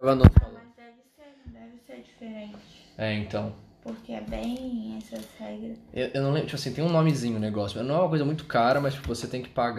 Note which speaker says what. Speaker 1: Ela não fala.
Speaker 2: Mas deve ser, deve ser diferente.
Speaker 1: É, então.
Speaker 2: Porque é bem essas regras.
Speaker 1: Eu, eu não lembro, tipo assim, tem um nomezinho o negócio. Não é uma coisa muito cara, mas tipo, você tem que pagar.